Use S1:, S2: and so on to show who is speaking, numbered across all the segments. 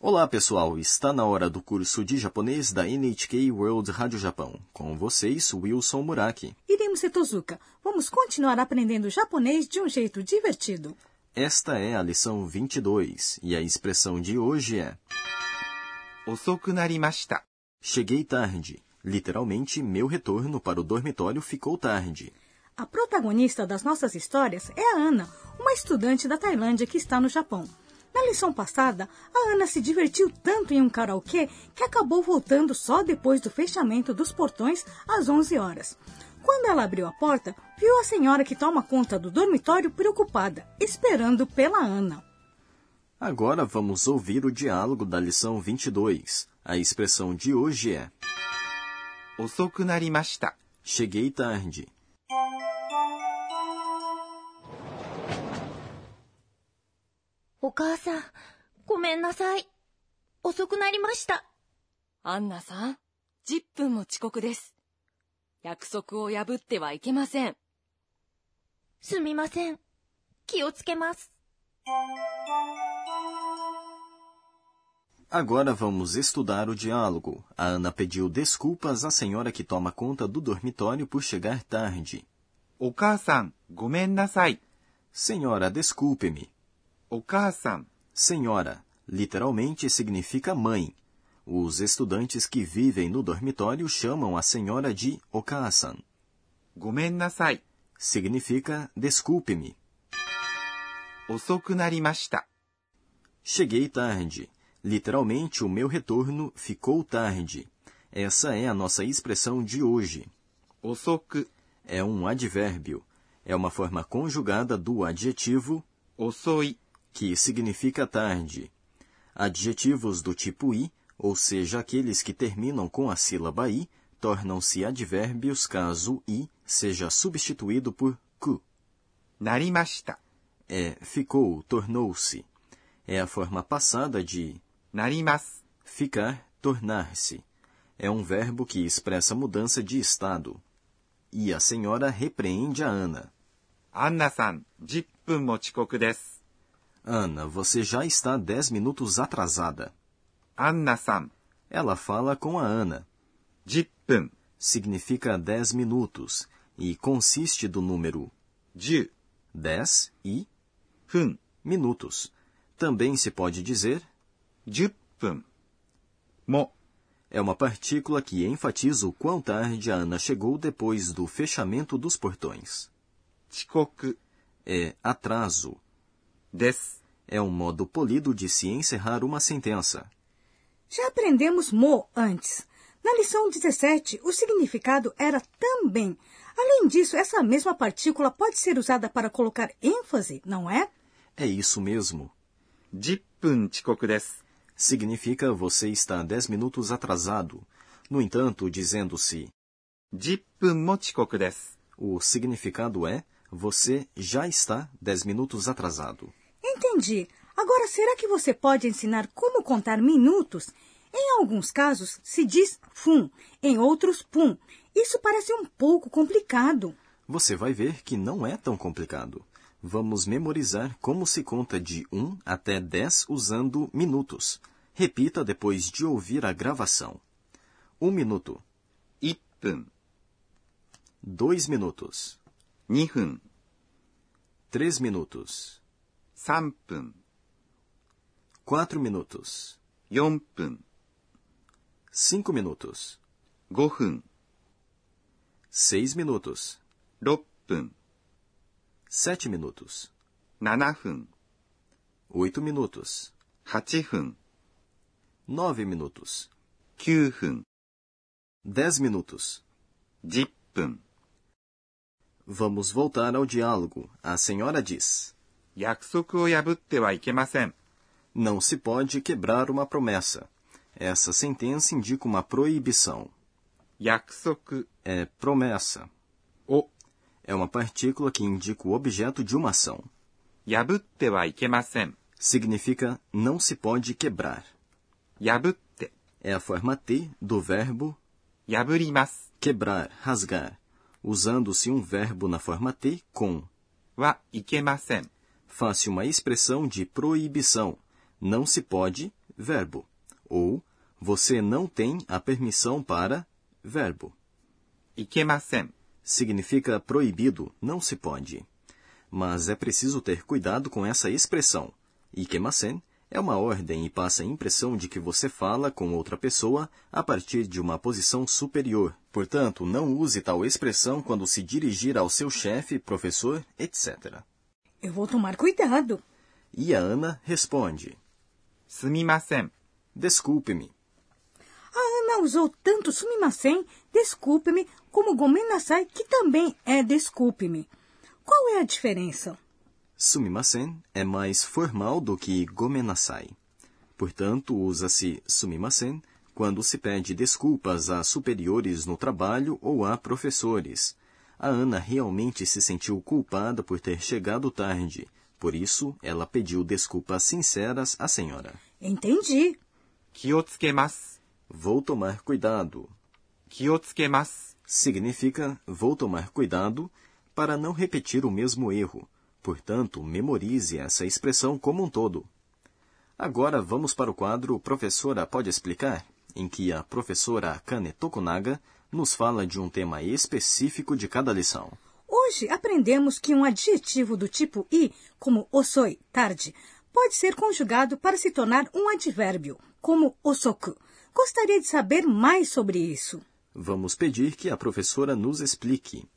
S1: Olá, pessoal! Está na hora do curso de japonês da NHK World Rádio Japão. Com vocês, Wilson Muraki.
S2: Iremos Tozuka. Vamos continuar aprendendo japonês de um jeito divertido.
S1: Esta é a lição 22 e a expressão de hoje é
S3: 遅くなりました。
S1: Cheguei tarde. Literalmente, meu retorno para o dormitório ficou tarde.
S2: A protagonista das nossas histórias é a Ana, uma estudante da Tailândia que está no Japão. Na lição passada, a Ana se divertiu tanto em um karaokê que acabou voltando só depois do fechamento dos portões às 11 horas. Quando ela abriu a porta, viu a senhora que toma conta do dormitório preocupada, esperando pela Ana.
S1: Agora vamos ouvir o diálogo da lição 22. A expressão de hoje é
S3: 遅くなりました。
S1: Cheguei tarde.
S4: お母さん、ごめんなさい。遅くなりました。
S5: アンナさん、10分も遅刻です。約束を破ってはいけません。
S4: すみません。気をつけます。
S1: Agora vamos estudar o diálogo. A Ana pediu desculpas à senhora que toma conta do dormitório por chegar tarde.
S3: お母さん、ごめんなさい。
S1: Senhora, desculpe-me.
S3: お母さん、
S1: Senhora, literalmente significa mãe. Os estudantes que vivem no dormitório chamam a senhora de Okasan.
S3: ごめんなさい。
S1: Significa desculpe-me.
S3: 遅くなりました。
S1: Cheguei tarde. Literalmente, o meu retorno ficou tarde. Essa é a nossa expressão de hoje.
S3: 遅く、
S1: É um advérbio. É uma forma conjugada do adjetivo
S3: 遅い、
S1: que significa tarde. Adjetivos do tipo i, ou seja, aqueles que terminam com a sílaba i, tornam-se advérbios caso i seja substituído por ku.
S3: なりました。
S1: É ficou, tornou-se. É a forma passada de
S3: なります。
S1: ficar, tornar-se. É um verbo que expressa mudança de estado. E a senhora repreende a Ana.
S3: アンナさん、10分も遅刻です。
S1: Ana, você já está 10 minutos atrasada.
S3: アンナさん、
S1: Ela fala com a Ana.
S3: 10分、
S1: significa 10 minutos e consiste do número
S3: 10
S1: 10 e
S3: 分、
S1: minutos. Também se pode dizer
S3: 10分。も、
S1: é uma partícula que enfatiza o quão tarde a Ana chegou depois do fechamento dos portões.
S3: 遅刻、
S1: É atraso.
S3: です。
S1: É um modo polido de se encerrar uma sentença.
S2: Já aprendemos mo antes. Na lição 17, o significado era também. Além disso, essa mesma partícula pode ser usada para colocar ênfase, não é?
S1: É isso mesmo.
S3: 10分遅刻です。
S1: Significa você está 10 minutos atrasado. No entanto, dizendo-se
S3: 10分も遅刻です。
S1: o significado é você já está 10 minutos atrasado.
S2: Entendi. Agora, será que você pode ensinar como contar minutos? Em alguns casos, se diz fum, em outros pum. Isso parece um pouco complicado.
S1: Você vai ver que não é tão complicado. Vamos memorizar como se conta de 1 até 10 usando minutos. Repita depois de ouvir a gravação. 1 minuto,
S3: 1分、
S1: 2 minutos,
S3: 2分、
S1: 3 minutos,
S3: 3分、
S1: 4 minutos,
S3: 4分、
S1: 5 minutos,
S3: 5分、
S1: 6 minutos,
S3: 6分、
S1: 7 minutos,
S3: 7分、
S1: 8 minutos,
S3: 8分、
S1: 9 minutos,
S3: 9分、
S1: 10 minutos.
S3: 10分。
S1: Vamos voltar ao diálogo. A senhora diz:
S3: 約束を破ってはいけません。
S1: Não se pode quebrar uma promessa. Essa sentença indica uma proibição.
S3: 約束
S1: É promessa.
S3: を
S1: É uma partícula que indica o objeto de uma ação.
S3: 破ってはいけません。
S1: Significa não se pode quebrar.
S3: 破って、
S1: É a forma T do verbo
S3: 破ります。
S1: quebrar, rasgar, usando-se um verbo na forma T com.
S3: はいけません。
S1: Faça uma expressão de proibição. Não se pode verbo. Ou você não tem a permissão para verbo.
S3: いけません。
S1: Significa proibido, não se pode. Mas é preciso ter cuidado com essa expressão. Ikemasen é uma ordem e passa a impressão de que você fala com outra pessoa a partir de uma posição superior. Portanto, não use tal expressão quando se dirigir ao seu chefe, professor, etc.
S2: Eu vou tomar cuidado.
S1: E a Ana responde:
S3: すみません。
S1: Desculpe-me.
S2: A Ana usou tanto sumimasen, desculpe-me, como gomenasai, que também é desculpe-me. Qual é a diferença?
S1: Sumimasen é mais formal do que gomenasai. Portanto, usa-se sumimasen quando se pede desculpas a superiores no trabalho ou a professores. A Ana realmente se sentiu culpada por ter chegado tarde. Por isso, ela pediu desculpas sinceras à senhora.
S2: Entendi.
S3: 気をつけます。
S1: Vou tomar cuidado.
S3: 気をつけます。
S1: Significa vou tomar cuidado para não repetir o mesmo erro. Portanto, memorize essa expressão como um todo. Agora vamos para o quadro Professora Pode Explicar, em que a professora Kane Tokunaga nos fala de um tema específico de cada lição.
S2: Hoje aprendemos que um adjetivo do tipo i, como osoi, tarde, pode ser conjugado para se tornar um advérbio, como osoku. Gostaria de saber mais sobre isso.
S1: Vamos pedir que a professora nos explique.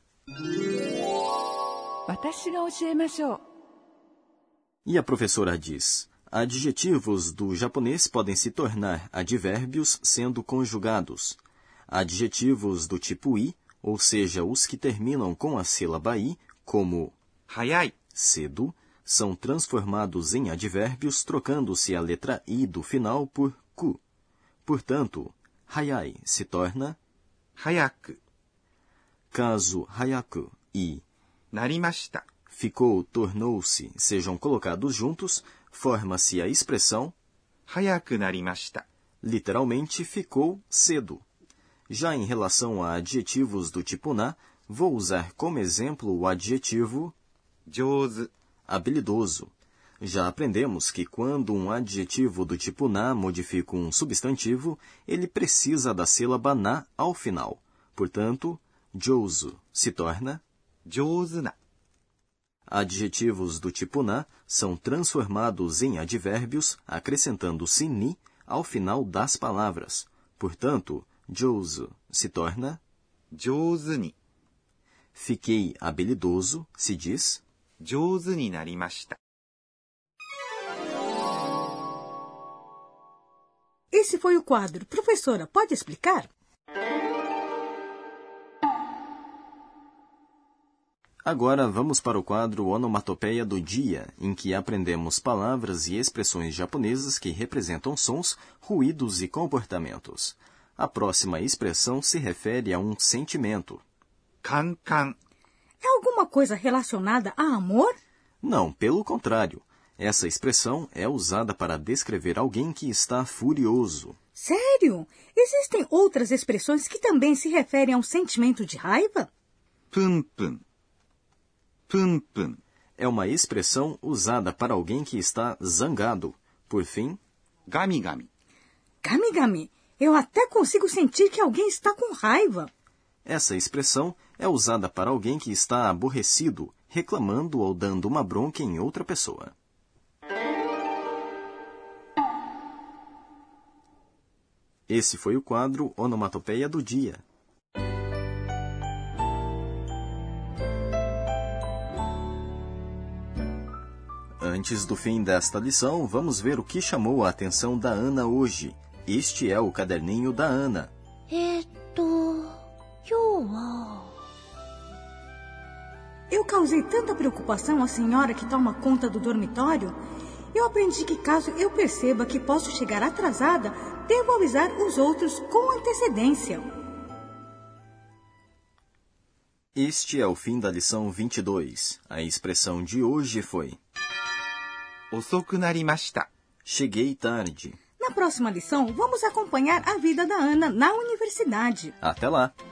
S1: E a professora diz: adjetivos do japonês podem se tornar advérbios sendo conjugados. Adjetivos do tipo i, ou seja, os que terminam com a sílaba i, como
S3: 早い。
S1: cedo, são transformados em advérbios trocando-se a letra i do final por ku. Portanto, hayai se torna
S3: 早く
S1: caso hayaku e
S3: なりました。
S1: ficou, tornou-se, sejam colocados juntos, forma-se a expressão
S3: 早くなりました。
S1: literalmente ficou cedo. Já em relação a adjetivos do tipo na, vou usar como exemplo o adjetivo
S3: 上手。
S1: habilidoso. Já aprendemos que quando um adjetivo do tipo na modifica um substantivo, ele precisa da sílaba na ao final. Portanto, jouso se torna
S3: 上手な。
S1: Adjetivos do tipo na são transformados em advérbios acrescentando-se ni ao final das palavras. Portanto, jouso se torna
S3: 上手に。
S1: fiquei habilidoso, se diz
S3: 上手になりました。
S2: Esse foi o quadro. Professora, pode explicar?
S1: Agora vamos para o quadro Onomatopeia do Dia, em que aprendemos palavras e expressões japonesas que representam sons, ruídos e comportamentos. A próxima expressão se refere a um sentimento.
S3: カンカン。
S2: É alguma coisa relacionada a amor?
S1: Não, pelo contrário. Essa expressão é usada para descrever alguém que está furioso.
S2: Sério? Existem outras expressões que também se referem a um sentimento de raiva?
S3: プンプン。プンプン。
S1: É uma expressão usada para alguém que está zangado. Por fim,
S3: ガミガミ。
S2: Gamigami, eu até consigo sentir que alguém está com raiva.
S1: essa expressão é usada para alguém que está aborrecido, reclamando ou dando uma bronca em outra pessoa. Esse foi o quadro Onomatopeia do Dia. Antes do fim desta lição, vamos ver o que chamou a atenção da Ana hoje. Este é o caderninho da Ana.
S4: えーっと、今日は、
S2: Eu causei tanta preocupação à senhora que toma conta do dormitório. Eu aprendi que caso eu perceba que posso chegar atrasada, devo avisar os outros com antecedência.
S1: Este é o fim da lição 22. A expressão de hoje foi:
S3: 遅くなりました。
S1: Cheguei tarde.
S2: Na próxima lição, vamos acompanhar a vida da Ana na universidade.
S1: Até lá!